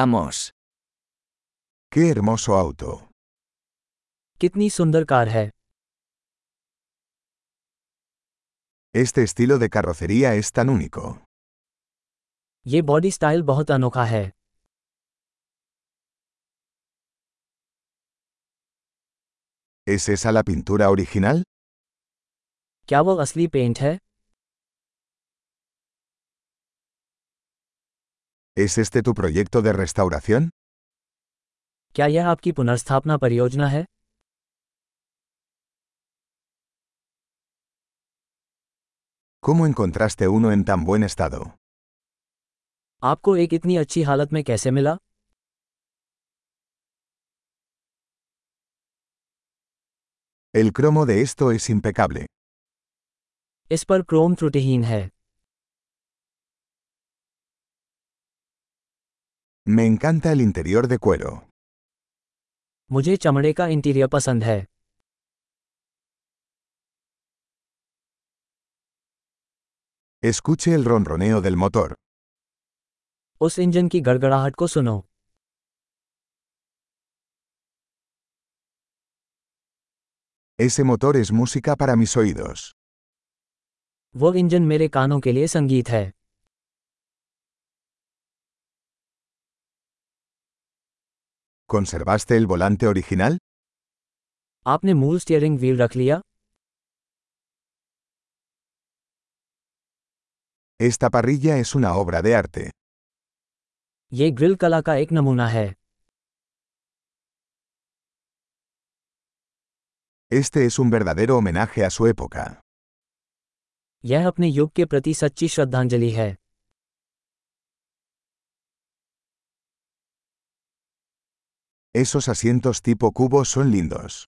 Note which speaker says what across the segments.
Speaker 1: Vamos.
Speaker 2: ¡Qué hermoso auto!
Speaker 3: कितनी सुंदर कार है
Speaker 2: Este estilo de carrocería es tan único.
Speaker 3: ये बॉडी स्टाइल बहुत अनोखा है
Speaker 2: ¿Es esa la pintura original?
Speaker 3: क्या वो असली पेंट है
Speaker 2: ¿Es este tu proyecto de restauración?
Speaker 3: क्या यह आपकी पुनर्स्थापना परियोजना है
Speaker 2: ¿Cómo encontraste uno en tan buen estado?
Speaker 3: आपको एक इतनी अच्छी हालत में कैसे मिला
Speaker 2: El cromo de esto es impecable.
Speaker 3: इस पर क्रोम त्रुटिहीन है
Speaker 2: Me encanta el interior de cuero.
Speaker 3: मुझे चमड़े का इंटीरियर पसंद है
Speaker 2: Escuche el ronroneo del motor.
Speaker 3: उस इंजन की गड़गड़ाहट को सुनो
Speaker 2: Ese motor es música para mis oídos.
Speaker 3: वो इंजन मेरे कानों के लिए संगीत है
Speaker 2: ¿Conservaste el volante original?
Speaker 3: आपने मूल स्टीयरिंग व्हील रख लिया
Speaker 2: Esta parrilla es una obra de arte.
Speaker 3: ये ग्रिल कला का एक नमूना है
Speaker 2: Este es un verdadero homenaje a su época.
Speaker 3: यह अपने युग के प्रति सच्ची श्रद्धांजलि है
Speaker 2: Esos asientos tipo cubo son lindos.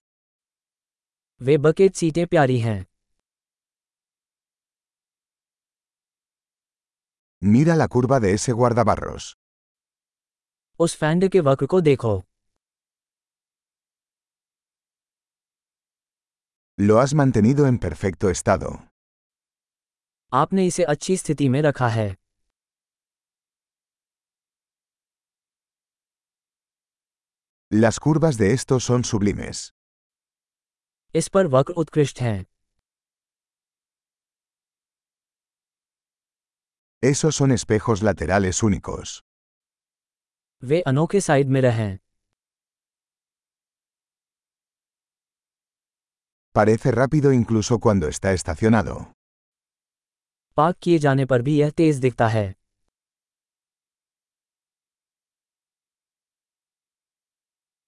Speaker 3: वे बकेट सीटें प्यारी हैं
Speaker 2: Mira la curva de ese guardabarros.
Speaker 3: उस फैंड के वक्र को देखो
Speaker 2: Lo has mantenido en perfecto estado.
Speaker 3: आपने इसे अच्छी स्थिति में रखा है
Speaker 2: Las curvas de estos son sublimes.
Speaker 3: इस पर वक्र उत्कृष्ट हैं
Speaker 2: Esos son espejos laterales únicos.
Speaker 3: वे अनोखे साइड मिरर हैं
Speaker 2: Parece rápido incluso cuando está estacionado.
Speaker 3: पार्क किए जाने पर भी यह तेज दिखता है